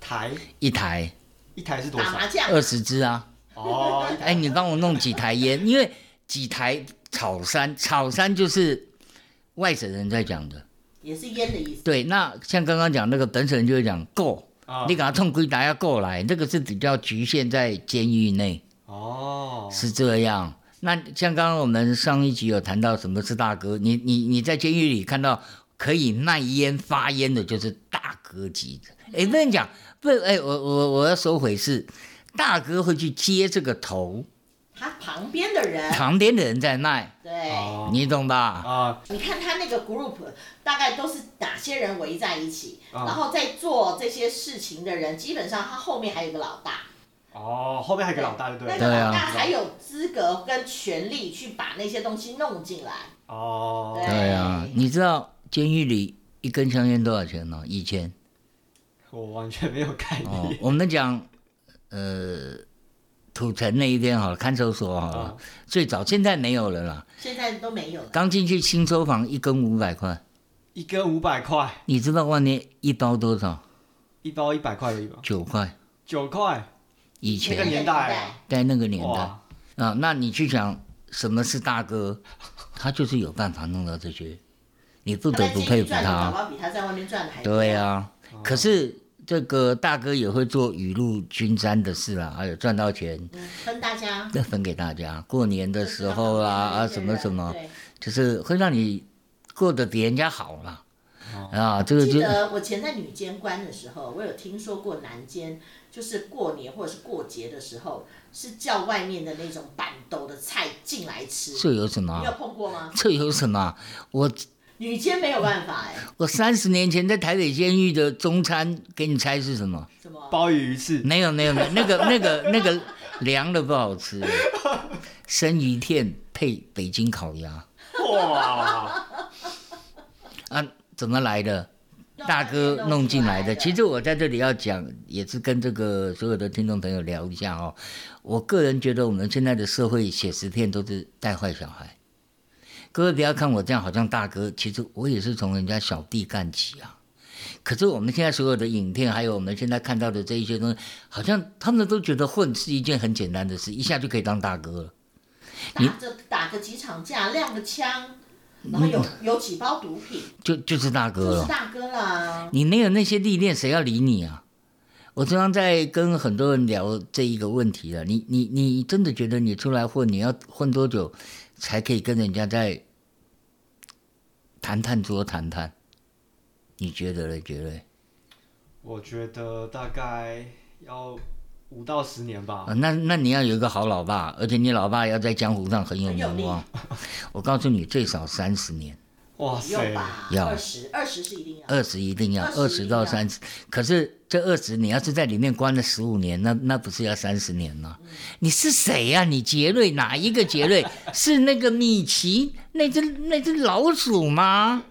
Speaker 2: 台
Speaker 1: 一台
Speaker 2: 一台是多
Speaker 3: 打
Speaker 2: 少
Speaker 3: 麻？将，
Speaker 1: 二十支啊。
Speaker 2: 哦，一台
Speaker 1: 哎，你帮我弄几台烟，因为几台草山，草山就是外省人在讲的。
Speaker 3: 也是烟的意思。
Speaker 1: 对，那像刚刚讲那个本省人就会讲够，
Speaker 2: 啊
Speaker 1: 你给他痛归达要够来，这个是比较局限在监狱内，
Speaker 2: 哦，
Speaker 1: 是这样。那像刚刚我们上一集有谈到什么是大哥，你你你在监狱里看到可以卖烟发烟的，就是大哥级的。哎，不能讲不，哎，我我我要收回是，大哥会去接这个头，
Speaker 3: 他旁边的人，
Speaker 1: 旁边的人在卖，
Speaker 3: 对，
Speaker 2: 哦
Speaker 1: 你懂吧？
Speaker 2: 啊，
Speaker 3: 你看他那个 group 大概都是哪些人围在一起，
Speaker 2: 啊
Speaker 3: 然后在做这些事情的人，基本上他后面还有个老大，
Speaker 2: 哦，后面还有个老大，对不
Speaker 3: 那
Speaker 2: 对？
Speaker 3: 个
Speaker 1: 对
Speaker 3: 老
Speaker 1: 啊
Speaker 3: 大才有资格跟权利去把那些东西弄进来。
Speaker 2: 哦，
Speaker 3: 对
Speaker 1: 对啊，你知道监狱里一根香烟多少钱吗？以前
Speaker 2: 我完全没有概
Speaker 1: 哦
Speaker 2: 念，。
Speaker 1: 我们讲呃土城那一边好了，看守所好了，
Speaker 2: 啊
Speaker 1: 最早现在没有了啦。
Speaker 3: 现在都没有了，
Speaker 1: 刚进去新收房一根五百块，
Speaker 2: 一根五百块，
Speaker 1: 你知道外面一包多少？
Speaker 2: 一包一百块而已吧，
Speaker 1: 九块。
Speaker 2: 九块，
Speaker 1: 以
Speaker 2: 那个
Speaker 1: 前
Speaker 2: 年代啊，
Speaker 1: 在那个年代
Speaker 2: 哇，
Speaker 1: 啊，那你去想什么是大哥，他就是有办法弄到这些，你不
Speaker 3: 他
Speaker 1: 得
Speaker 3: 在
Speaker 1: 不
Speaker 3: 监
Speaker 1: 佩
Speaker 3: 狱
Speaker 1: 服
Speaker 3: 赚的搞不
Speaker 1: 他。
Speaker 3: 好比他在外面赚的还多
Speaker 1: 对。啊，可是这个大哥也会做雨露均沾的事啦，还有赚到钱
Speaker 3: 嗯，分大家
Speaker 1: 再分给大家。过年的时候啊啊什么什么，
Speaker 3: 对
Speaker 1: 就是会让你过得比人家好啦。啊，这个
Speaker 3: 哦记
Speaker 1: 就
Speaker 3: 得我以前在女监关的时候，我有听说过男监，就是过年或者是过节的时候，是叫外面的那种板斗的菜进来吃。
Speaker 1: 这有什么
Speaker 3: 你有
Speaker 1: 啊？
Speaker 3: 碰过吗？
Speaker 1: 这有什么啊？我
Speaker 3: 女监没有办法哎、
Speaker 1: 我三十年前在台北监狱的中餐，给你猜是什么？
Speaker 3: 什么？
Speaker 2: 鲍鱼 鱼翅，
Speaker 1: 没有没有没有，那个那个那个凉的不好吃，生鱼片配北京烤鸭
Speaker 2: 哇，
Speaker 1: 啊，怎么来的？大哥弄进来的。其实我在这里要讲，也是跟这个所有的听众朋友聊一下哦。我个人觉得我们现在的社会写实片都是带坏小孩。各位不要看我这样好像大哥，其实我也是从人家小弟干起啊。可是我们现在所有的影片，还有我们现在看到的这一些东西，好像他们都觉得混是一件很简单的事，一下就可以当大哥了。你
Speaker 3: 打着打个几场架，亮个枪，然后有有几包毒品，
Speaker 1: 就就是嗯大哥
Speaker 3: 就
Speaker 1: 了
Speaker 3: 是。大哥啦。
Speaker 1: 你没有那些历练，谁要理你啊？我常常在跟很多人聊这一个问题了。你你你真的觉得你出来混，你要混多久才可以跟人家在谈谈桌谈谈，你觉得嘞？觉得嘞？
Speaker 2: 我觉得大概要五到十年吧。
Speaker 1: 啊，那那你要有一个好老爸，而且你老爸要在江湖上很有
Speaker 3: 很有
Speaker 1: 名望。我告诉你，最少三十年，
Speaker 2: 哇
Speaker 3: 不用
Speaker 2: 塞，
Speaker 3: 吧？
Speaker 1: 要呃
Speaker 3: 二十，二十是一定要。
Speaker 1: 二十一定要，二
Speaker 3: 20
Speaker 1: 十
Speaker 3: 一定
Speaker 1: 到
Speaker 3: 要
Speaker 1: 三十。可是这二十，你要是在里面关了十五年，那那不是要三十年
Speaker 3: 嗯
Speaker 1: 吗？你是谁呀、你杰瑞哪一个杰 瑞？是那个米奇那只那只老鼠吗？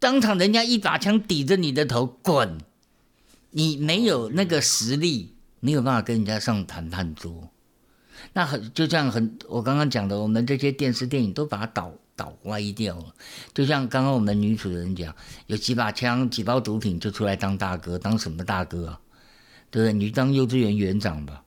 Speaker 1: 当场人家一把枪抵着你的头滚，你没有那个实力，没有办法跟人家上谈判桌。那很就像很我刚刚讲的，我们这些电视电影都把它倒倒歪掉了。就像刚刚我们女主人讲，有几把枪、几包毒品就出来当大哥，当什么大哥啊？对不对？你去当幼稚园园长吧。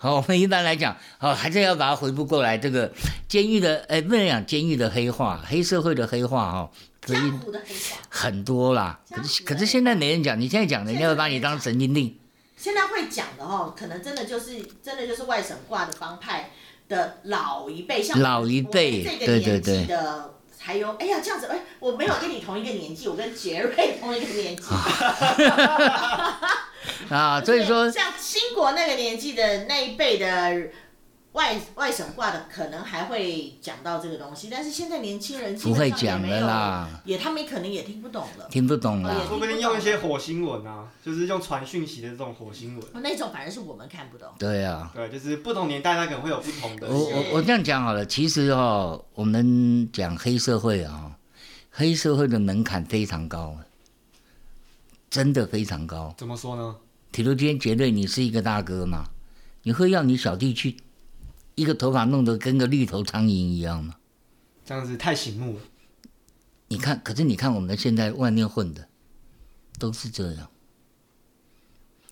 Speaker 1: 好，我们一般来讲，好，还是要把它回不过来。这个监狱的，哎，不能讲监狱的黑化，黑社会的黑化哈、哦，可以
Speaker 3: 江湖的黑话，
Speaker 1: 很多啦。可是可是现在没人讲，你现在讲，人家会把你当神经病。
Speaker 3: 现在会讲的哦，可能真的就是真的就是外省挂的帮派的老一辈，像
Speaker 1: 老一辈
Speaker 3: 我们这个
Speaker 1: 对对
Speaker 3: 年纪
Speaker 1: 对
Speaker 3: 的。还有，哎呀，这样子，哎，我没有跟你同一个年纪，我跟杰瑞同一个年纪，
Speaker 1: 啊，所以说
Speaker 3: 像新国那个年纪的那一辈的外外省挂的，可能还会讲到这个东西，但是现在年轻人基
Speaker 1: 不
Speaker 3: 本
Speaker 1: 会
Speaker 3: 上也
Speaker 1: 讲
Speaker 3: 没
Speaker 1: 了
Speaker 3: 有，
Speaker 1: 啦，
Speaker 3: 也他们可能也听不懂了。
Speaker 1: 听不懂啦。
Speaker 2: 说不定用一些火星文啊，就是用传讯息的这种火星文。
Speaker 3: 那种反而是我们看不懂，
Speaker 1: 对啊，
Speaker 2: 对，就是不同年代它可能会有不同的
Speaker 1: 我。我我这样讲好了，其实哦，我们讲黑社会啊、黑社会的门槛非常高，啊真的非常高。
Speaker 2: 怎么说呢？
Speaker 1: 铁路今天绝对你是一个大哥嘛，你会要你小弟去一个头发弄得跟个绿头苍蝇一样吗？
Speaker 2: 这样子太醒目了。
Speaker 1: 你看，可是你看我们现在外面混的都是这样。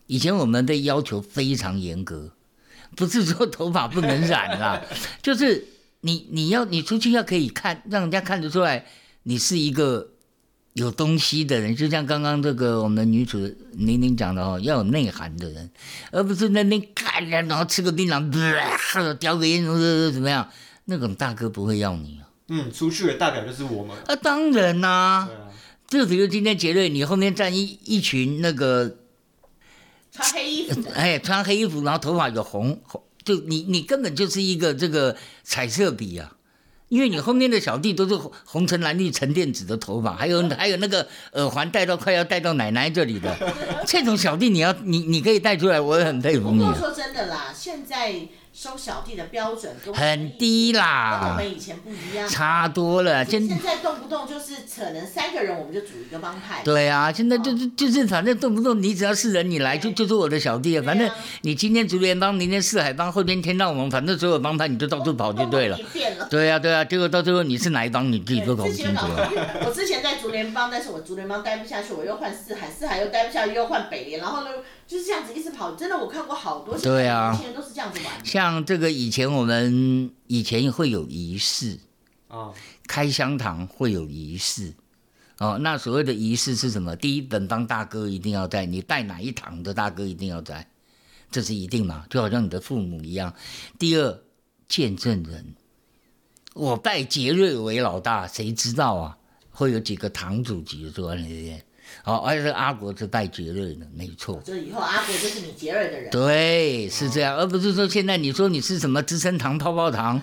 Speaker 1: 以前我们的要求非常严格，不是说头发不能染啦， 就是你你要你出去要可以看，让人家看得出来你是一个有东西的人，就像刚刚这个我们女主玲玲讲的哦，要有内涵的人，而不是那边看着然后吃个槟榔， 呃叼个烟 呃怎么样，那种大哥不会要你啊。
Speaker 2: 嗯，出去的代表就是我们。
Speaker 1: 啊，当然啦、
Speaker 2: 对啊，
Speaker 1: 就比如今天杰瑞，你后面站一一群那个，
Speaker 3: 穿黑衣服的
Speaker 1: 哎，穿黑衣服，然后头发有红红，就你你根本就是一个这个彩色笔啊，因为你后面的小弟都是红红橙蓝绿沉淀子的头发，还有还有那个耳环戴到快要戴到奶奶这里的， 这种小弟你要你你可以带出来，我也很佩服
Speaker 3: 不
Speaker 1: 你啊、
Speaker 3: 过说真的啦，现在收小弟的标准跟我们
Speaker 1: 很低啦啊
Speaker 3: 跟我们以前不一样。
Speaker 1: 差多了，现
Speaker 3: 现在动不动就是可能三个人我们就组一个帮派，
Speaker 1: 对啊，现在就是就是，反正动不动你只要是人，你来就就是我的小弟啊。
Speaker 3: 对啊
Speaker 1: 反正你今天竹联帮，明天四海帮，后天天道盟，反正所有帮派你就到处跑就对了
Speaker 3: 动不动一。变了。
Speaker 1: 对啊，对啊，结果到最后你是哪一帮，你自己都搞不
Speaker 3: 之
Speaker 1: 清
Speaker 3: 前
Speaker 1: 楚
Speaker 3: 搞不
Speaker 1: 了。
Speaker 3: 清楚我之前在竹联帮，但是我竹联帮待不下去，我又换四海，四海又待不下去，又换北联，然后呢就是这样子一直跑。真的，我看过好多现在
Speaker 1: 对啊
Speaker 3: 年轻人都是这样子玩的。
Speaker 1: 像这个以前我们以前会有仪式，
Speaker 2: 啊，
Speaker 1: 开香堂会有仪式。哦，那所谓的仪式是什么？第一，本帮大哥一定要在，你拜哪一堂的大哥一定要在，这是一定嘛？就好像你的父母一样。第二，见证人，我拜杰瑞为老大，谁知道啊？会有几个堂主级坐在那边。哎哦，而且阿国是拜杰瑞的，没错。
Speaker 3: 就以后阿国就是你杰瑞的人，
Speaker 1: 对，是这样，而不是说现在你说你是什么资生堂、泡泡糖，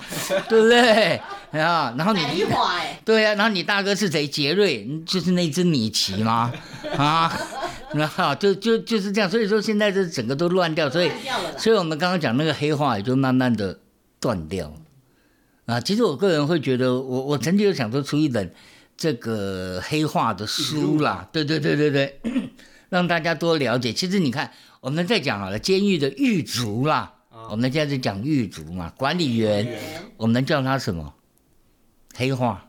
Speaker 1: 对不对？啊，然后你
Speaker 3: 奶一花哎，
Speaker 1: 对呀、然后你大哥是谁？杰瑞，就是那只米奇吗？啊，然后就就就是这样，所以说现在这整个都乱掉，所以
Speaker 3: 断掉了啦。
Speaker 1: 所以我们刚刚讲那个黑化也就慢慢的断掉了啊。其实我个人会觉得，我我曾经有想说出一本这个黑化的书啦，对对对对对， 让大家多了解。其实你看，我们在讲好了，监狱的狱卒啦，
Speaker 2: 啊
Speaker 1: 我们现在是讲狱卒嘛，管理员。
Speaker 3: 人
Speaker 1: 我们叫它什么？黑化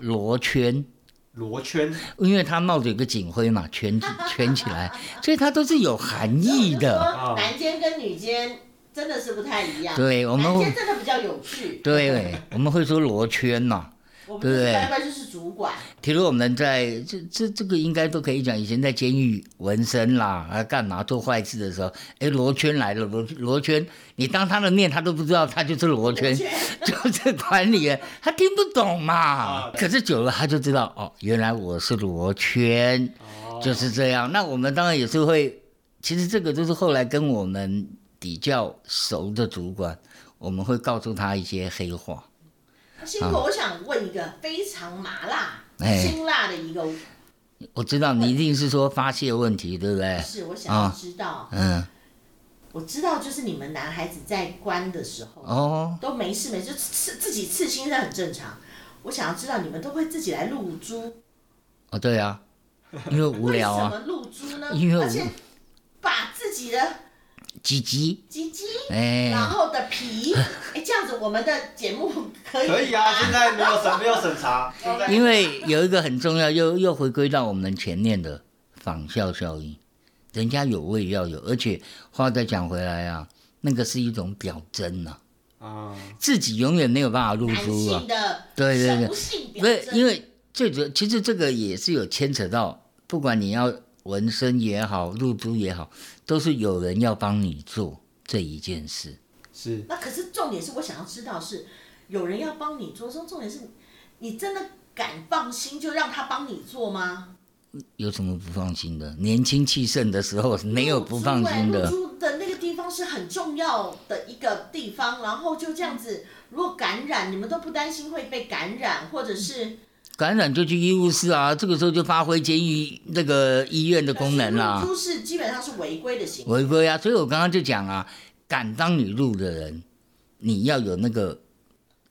Speaker 1: 罗圈，
Speaker 2: 罗圈
Speaker 1: 因为它帽子有个警徽嘛，圈起圈起来，所以它都是有含义的。
Speaker 3: 说男监跟女监真的是不太一样。
Speaker 1: 对，我们
Speaker 3: 男
Speaker 1: 会
Speaker 3: 监真的比较有趣。
Speaker 1: 对，我们会说罗圈嘛，
Speaker 3: 我们
Speaker 1: 对不对
Speaker 3: 拜拜就是主管，
Speaker 1: 提如我们在这这这个应该都可以讲，以前在监狱纹身啦，啊干嘛做坏事的时候，哎罗圈来了，罗罗圈，你当他的面他都不知道他就是罗 圈，就是管理员，他听不懂嘛。
Speaker 2: 啊
Speaker 1: 可是久了他就知道哦，原来我是罗圈，
Speaker 2: 哦，
Speaker 1: 就是这样。那我们当然也是会，其实这个就是后来跟我们比较熟的主管，我们会告诉他一些黑话。
Speaker 3: 辛苦。我想问一个非常麻辣、
Speaker 1: 啊哎
Speaker 3: 辛辣的一个
Speaker 1: 我知道你一定是说发泄问题，对不 对？
Speaker 3: 事，我想要
Speaker 1: 啊
Speaker 3: 知道。
Speaker 1: 嗯，
Speaker 3: 我知道，就是你们男孩子在关的时候，
Speaker 1: 哦，
Speaker 3: 都没事没事，就刺自己刺青是很正常。我想要知道你们都会自己来露珠，
Speaker 1: 哦，对啊，因为无聊
Speaker 3: 为什
Speaker 1: 啊，
Speaker 3: 么露珠呢？
Speaker 1: 因为无
Speaker 3: 而且把自己的
Speaker 1: 鸡鸡，
Speaker 3: 鸡鸡，
Speaker 1: 哎，
Speaker 3: 然后的皮，哎，这样子我们的节目可以
Speaker 2: 可以啊，现在没有审没有审查，现在
Speaker 1: 因为有一个很重要，又又回归到我们前面的仿效效应，人家有我也要有，而且话再讲回来啊，那个是一种表征啊，
Speaker 2: 啊，
Speaker 1: 自己永远没有办法露
Speaker 3: 男
Speaker 1: 出啊
Speaker 3: 性，的
Speaker 1: 对对对
Speaker 3: 雄性表
Speaker 1: 不是
Speaker 3: 征，
Speaker 1: 因为最主要，其实这个也是有牵扯到，不管你要纹身也好，露珠也好，都是有人要帮你做这一件事。
Speaker 2: 是
Speaker 3: 那可是重点是我想要知道是有人要帮你做，说重点是你真的敢放心就让他帮你做吗？
Speaker 1: 有什么不放心的？年轻气盛的时候没有不放心
Speaker 3: 入
Speaker 1: 的。
Speaker 3: 住的那个地方是很重要的一个地方，然后就这样子，如果感染，你们都不担心会被感染，或者
Speaker 1: 嗯
Speaker 3: 是
Speaker 1: 感染就去医务室啊，这个时候就发挥监狱那个医院的功能啦、啊
Speaker 3: 入住是基本上是违规的行为。
Speaker 1: 违规啊。所以我刚刚就讲啊，敢当你入的人，你要有那个，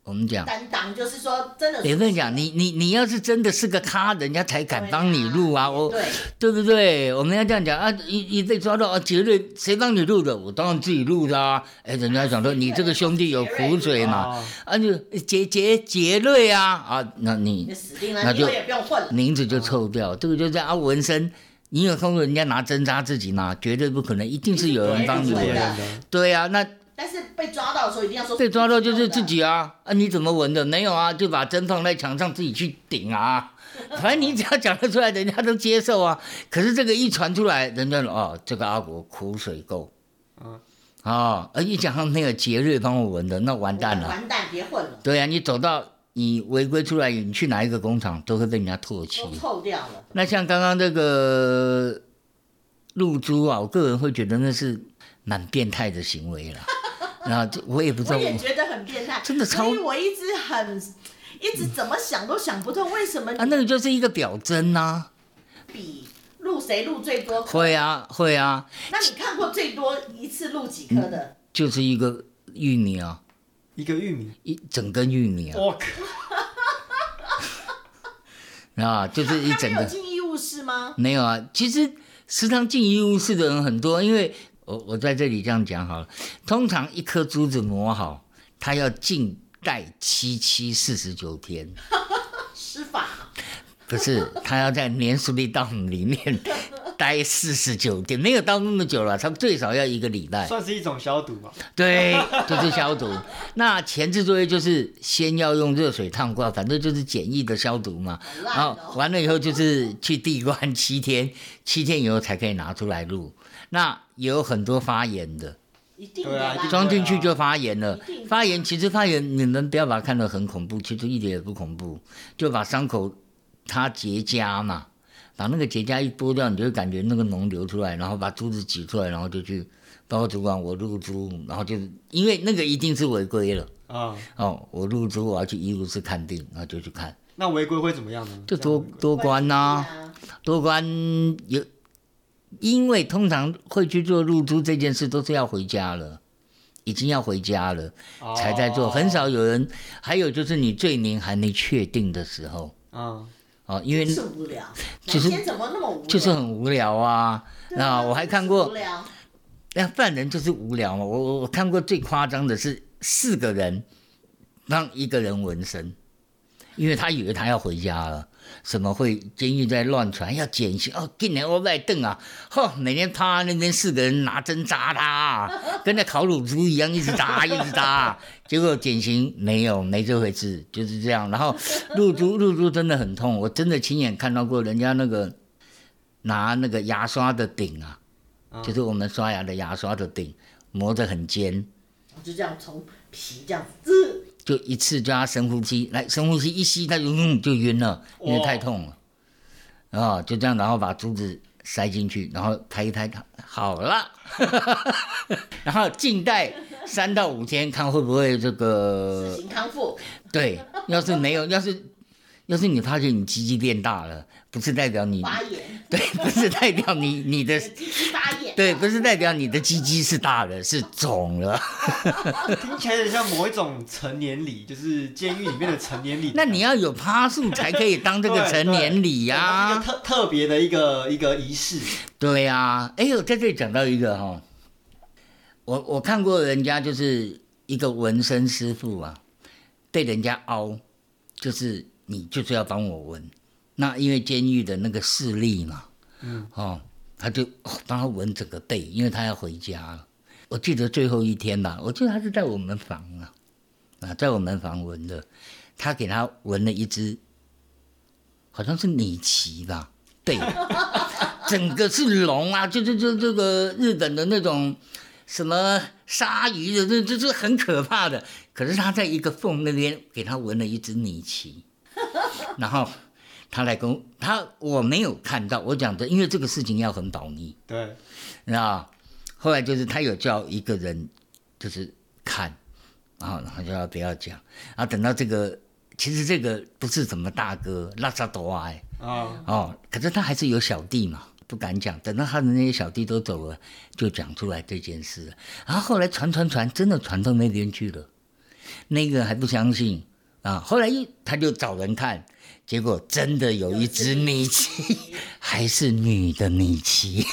Speaker 1: 我们讲，
Speaker 3: 担当就是说，真的
Speaker 1: 也不能讲，你你你要是真的是个咖，人家才敢帮你入啊，我
Speaker 3: 对，
Speaker 1: 对不对？我们要这样讲啊，一一被抓到啊，杰瑞谁帮你录的？我当然自己录的啊。哎，人家想说你这个兄弟有苦水嘛，
Speaker 2: 啊
Speaker 3: 哎
Speaker 1: 啊就杰杰杰瑞啊啊，那
Speaker 3: 你
Speaker 1: 你
Speaker 3: 就死定了，
Speaker 1: 那
Speaker 3: 你
Speaker 1: 就
Speaker 3: 以后也不用混了。
Speaker 1: 名字就臭掉，这个就叫啊纹身。你有空人家拿针扎自己拿，绝对不可能，一定是有人帮你
Speaker 2: 是
Speaker 3: 对
Speaker 2: 别
Speaker 1: 纹。
Speaker 2: 人的，
Speaker 1: 对啊，那
Speaker 3: 但是被抓到的时候一定要说
Speaker 1: 被抓到就是自己啊啊！你怎么纹的？没有啊，就把针放在墙上自己去顶啊。反正你只要讲得出来，人家都接受啊。可是这个一传出来，人家说哦，这个阿国苦水够
Speaker 2: 嗯。
Speaker 1: 哦，而一讲到那个杰瑞帮我纹的，那完蛋了。
Speaker 3: 完蛋，别混了，
Speaker 1: 对呀、啊，你走到你违规出来，你去哪一个工厂都会被人家唾弃。
Speaker 3: 都臭掉了。
Speaker 1: 那像刚刚这个露珠啊，我个人会觉得那是蛮变态的行为啦。然后这我也不知
Speaker 3: 我
Speaker 1: 道
Speaker 3: 也觉得很变态，
Speaker 1: 真的超
Speaker 3: 所以我一直很，一直怎么想都想不通，为什么
Speaker 1: 啊，那个就是一个表征呐、
Speaker 3: 比录谁录最多？
Speaker 1: 会啊会啊，
Speaker 3: 那你看过最多一次录几颗的？
Speaker 1: 就是一个玉米啊，
Speaker 2: 一个玉米，
Speaker 1: 一整根玉米啊，
Speaker 2: 我靠，
Speaker 1: 啊，就是一
Speaker 3: 他
Speaker 1: 整
Speaker 3: 没有
Speaker 1: 个
Speaker 3: 进医务室吗？
Speaker 1: 没有啊。其实食堂进医务室的人很多，因为我我在这里这样讲好了，通常一颗珠子磨好，它要静待七七四十九天。
Speaker 3: 施法
Speaker 1: 不是，他要在年俗历档里面 待四十九天，没有到那么久了，他们最少要一个礼拜。
Speaker 2: 算是一种消毒吧，
Speaker 1: 对，就是消毒。 那前置作业就是先要用热水烫过，反正就是简易的消毒嘛。
Speaker 3: 好
Speaker 1: 然
Speaker 3: 烂
Speaker 1: 后
Speaker 3: 哦！
Speaker 1: 完了以后就是去地关七天，七天以后才可以拿出来录。那也有很多发炎的，
Speaker 3: 一定的
Speaker 2: 对啊一
Speaker 3: 啦
Speaker 2: 定。
Speaker 1: 装进去就发炎了
Speaker 3: 一定。的
Speaker 1: 发炎其实发炎，你们不要把它看得很恐怖，其实一点也不恐怖，就把伤口它结痂嘛，把那个结痂一剥掉，你就会感觉那个脓流出来，然后把珠子挤出来，然后就去报告主管我入珠，然后就是因为那个一定是违规了
Speaker 2: 啊，
Speaker 1: 哦，我入珠我要去医务室看病，然后就去看，
Speaker 2: 那违规会怎么样呢？
Speaker 1: 就
Speaker 2: 这样
Speaker 1: 多
Speaker 2: 违规
Speaker 1: 多关呐、多关有，因为通常会去做入珠这件事都是要回家了，已经要回家了。
Speaker 2: 啊
Speaker 1: 才在做，很少有人。还有就是你罪名还没确定的时候
Speaker 2: 啊，
Speaker 1: 哦，因为
Speaker 3: 是无聊。
Speaker 1: 就
Speaker 3: 就是是怎么那么无聊？
Speaker 1: 就是很无聊啊。
Speaker 3: 对啊
Speaker 1: 那我还看
Speaker 3: 无
Speaker 1: 过，
Speaker 3: 聊，
Speaker 1: 那犯人就是无聊嘛。我我我看过最夸张的是四个人让一个人纹身，因为他以为他要回家了。什么会监狱在乱传要减刑哦？今年我外凳啊，吼，每天 趴在那边四个人拿针扎他啊，跟那烤乳猪一样一直扎 一直扎，结果减刑没有没这回事，就是这样。然后入猪入猪真的很痛，我真的亲眼看到过人家那个拿那个牙刷的顶啊，
Speaker 2: 嗯
Speaker 1: 就是我们刷牙的牙刷的顶磨得很尖，
Speaker 3: 就这样从皮这样子，呃
Speaker 1: 就一次叫他深呼吸，来深呼吸一吸他就嗯就晕了，因为
Speaker 2: 哇
Speaker 1: 太痛了。啊、就这样，然后把珠子塞进去，然后拍一拍，好了。 然后静待三到五天，看会不会这
Speaker 3: 自
Speaker 1: 个
Speaker 3: 行康复，
Speaker 1: 对。要是没有，要是要是你发觉你鸡鸡变大了，不是代表你
Speaker 3: 发炎，
Speaker 1: 对，不是代表你你的
Speaker 3: 鸡鸡发炎，
Speaker 1: 对，不是代表你的鸡鸡是大了，是肿了。
Speaker 2: 听起来有点像某一种成年礼，就是监狱里面的成年礼。
Speaker 1: 那你要有趴数才可以当这个
Speaker 2: 对
Speaker 1: 成年礼呀、
Speaker 2: 对它是一个特特别的一个一个仪式。
Speaker 1: 对呀、哎呦，在这里讲到一个哈、我我看过人家就是一个纹身师傅啊，被人家凹，就是你就是要帮我纹，那因为监狱的那个势力嘛，嗯，哦，他就、哦帮他纹整个背，因为他要回家了。我记得最后一天吧，我记得他是在我们房啊，啊，在我们房纹的，他给他纹了一只，好像是米奇吧，背。整个是龙啊， 就就就这个日本的那种什么鲨鱼的，这这这很可怕的。可是他在一个缝那边给他纹了一只米奇， 然后他来跟我他我没有看到，我讲的，因为这个事情要很保密，
Speaker 2: 对，
Speaker 1: 你知道吧后来就是他有叫一个人就是看，然后然后就要不要讲，然后等到这个其实这个不是什么大哥，拉萨多哎。
Speaker 2: 啊、
Speaker 1: 哦，可是他还是有小弟嘛，不敢讲。等到他的那些小弟都走了，就讲出来这件事了。然后后来传传传，真的传到那边去了。那个还不相信啊，后来又他就找人看，结果真的有一只米奇， 还是女的米奇，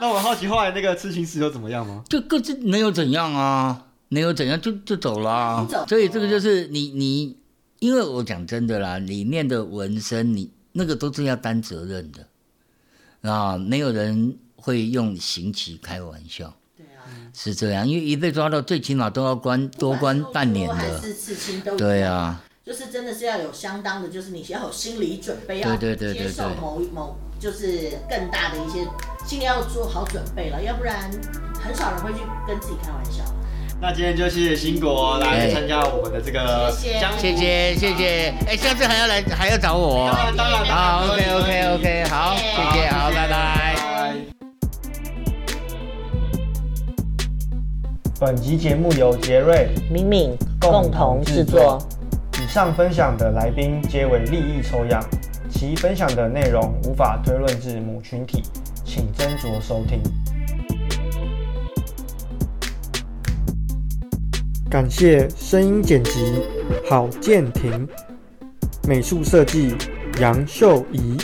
Speaker 2: 那我好奇后来那个刺青师又怎么样吗？
Speaker 1: 就各自没有怎样啊，没有怎样就就走了啊、
Speaker 3: 走
Speaker 1: 所以这个就是你你，因为我讲真的啦，里面的纹身你那个都是要担责任的。啊，没有人会用刑期开玩笑，
Speaker 3: 对啊，
Speaker 1: 是这样，因为一被抓到，最起码都要关多关半年
Speaker 3: 不管是肉毒还
Speaker 1: 的。
Speaker 3: 是刺青都一样
Speaker 1: 对，啊，
Speaker 3: 就是真的是要有相当的，就是你要有心理准备，要
Speaker 1: 对对对对
Speaker 3: 接受
Speaker 1: 对
Speaker 3: 某某就是更大的一些，心里要做好准备了，要不然很少人会去跟自己开玩笑。
Speaker 2: 那今天就谢谢新国来
Speaker 1: 哎
Speaker 2: 参加我们的这个
Speaker 3: 谢谢
Speaker 2: 江湖
Speaker 1: 谢谢谢谢，哎，下次还要来还要找我哦。
Speaker 2: 当然当然，
Speaker 1: 好
Speaker 2: 当然
Speaker 1: ，OK OK OK，好，谢谢，好，拜拜。
Speaker 2: 本集节目由杰瑞
Speaker 3: 敏敏
Speaker 2: 共同制作。以上分享的来宾皆为利益抽样，其分享的内容无法推论至母群体，请斟酌收听。感谢声音剪辑郝建廷，美术设计杨秀仪，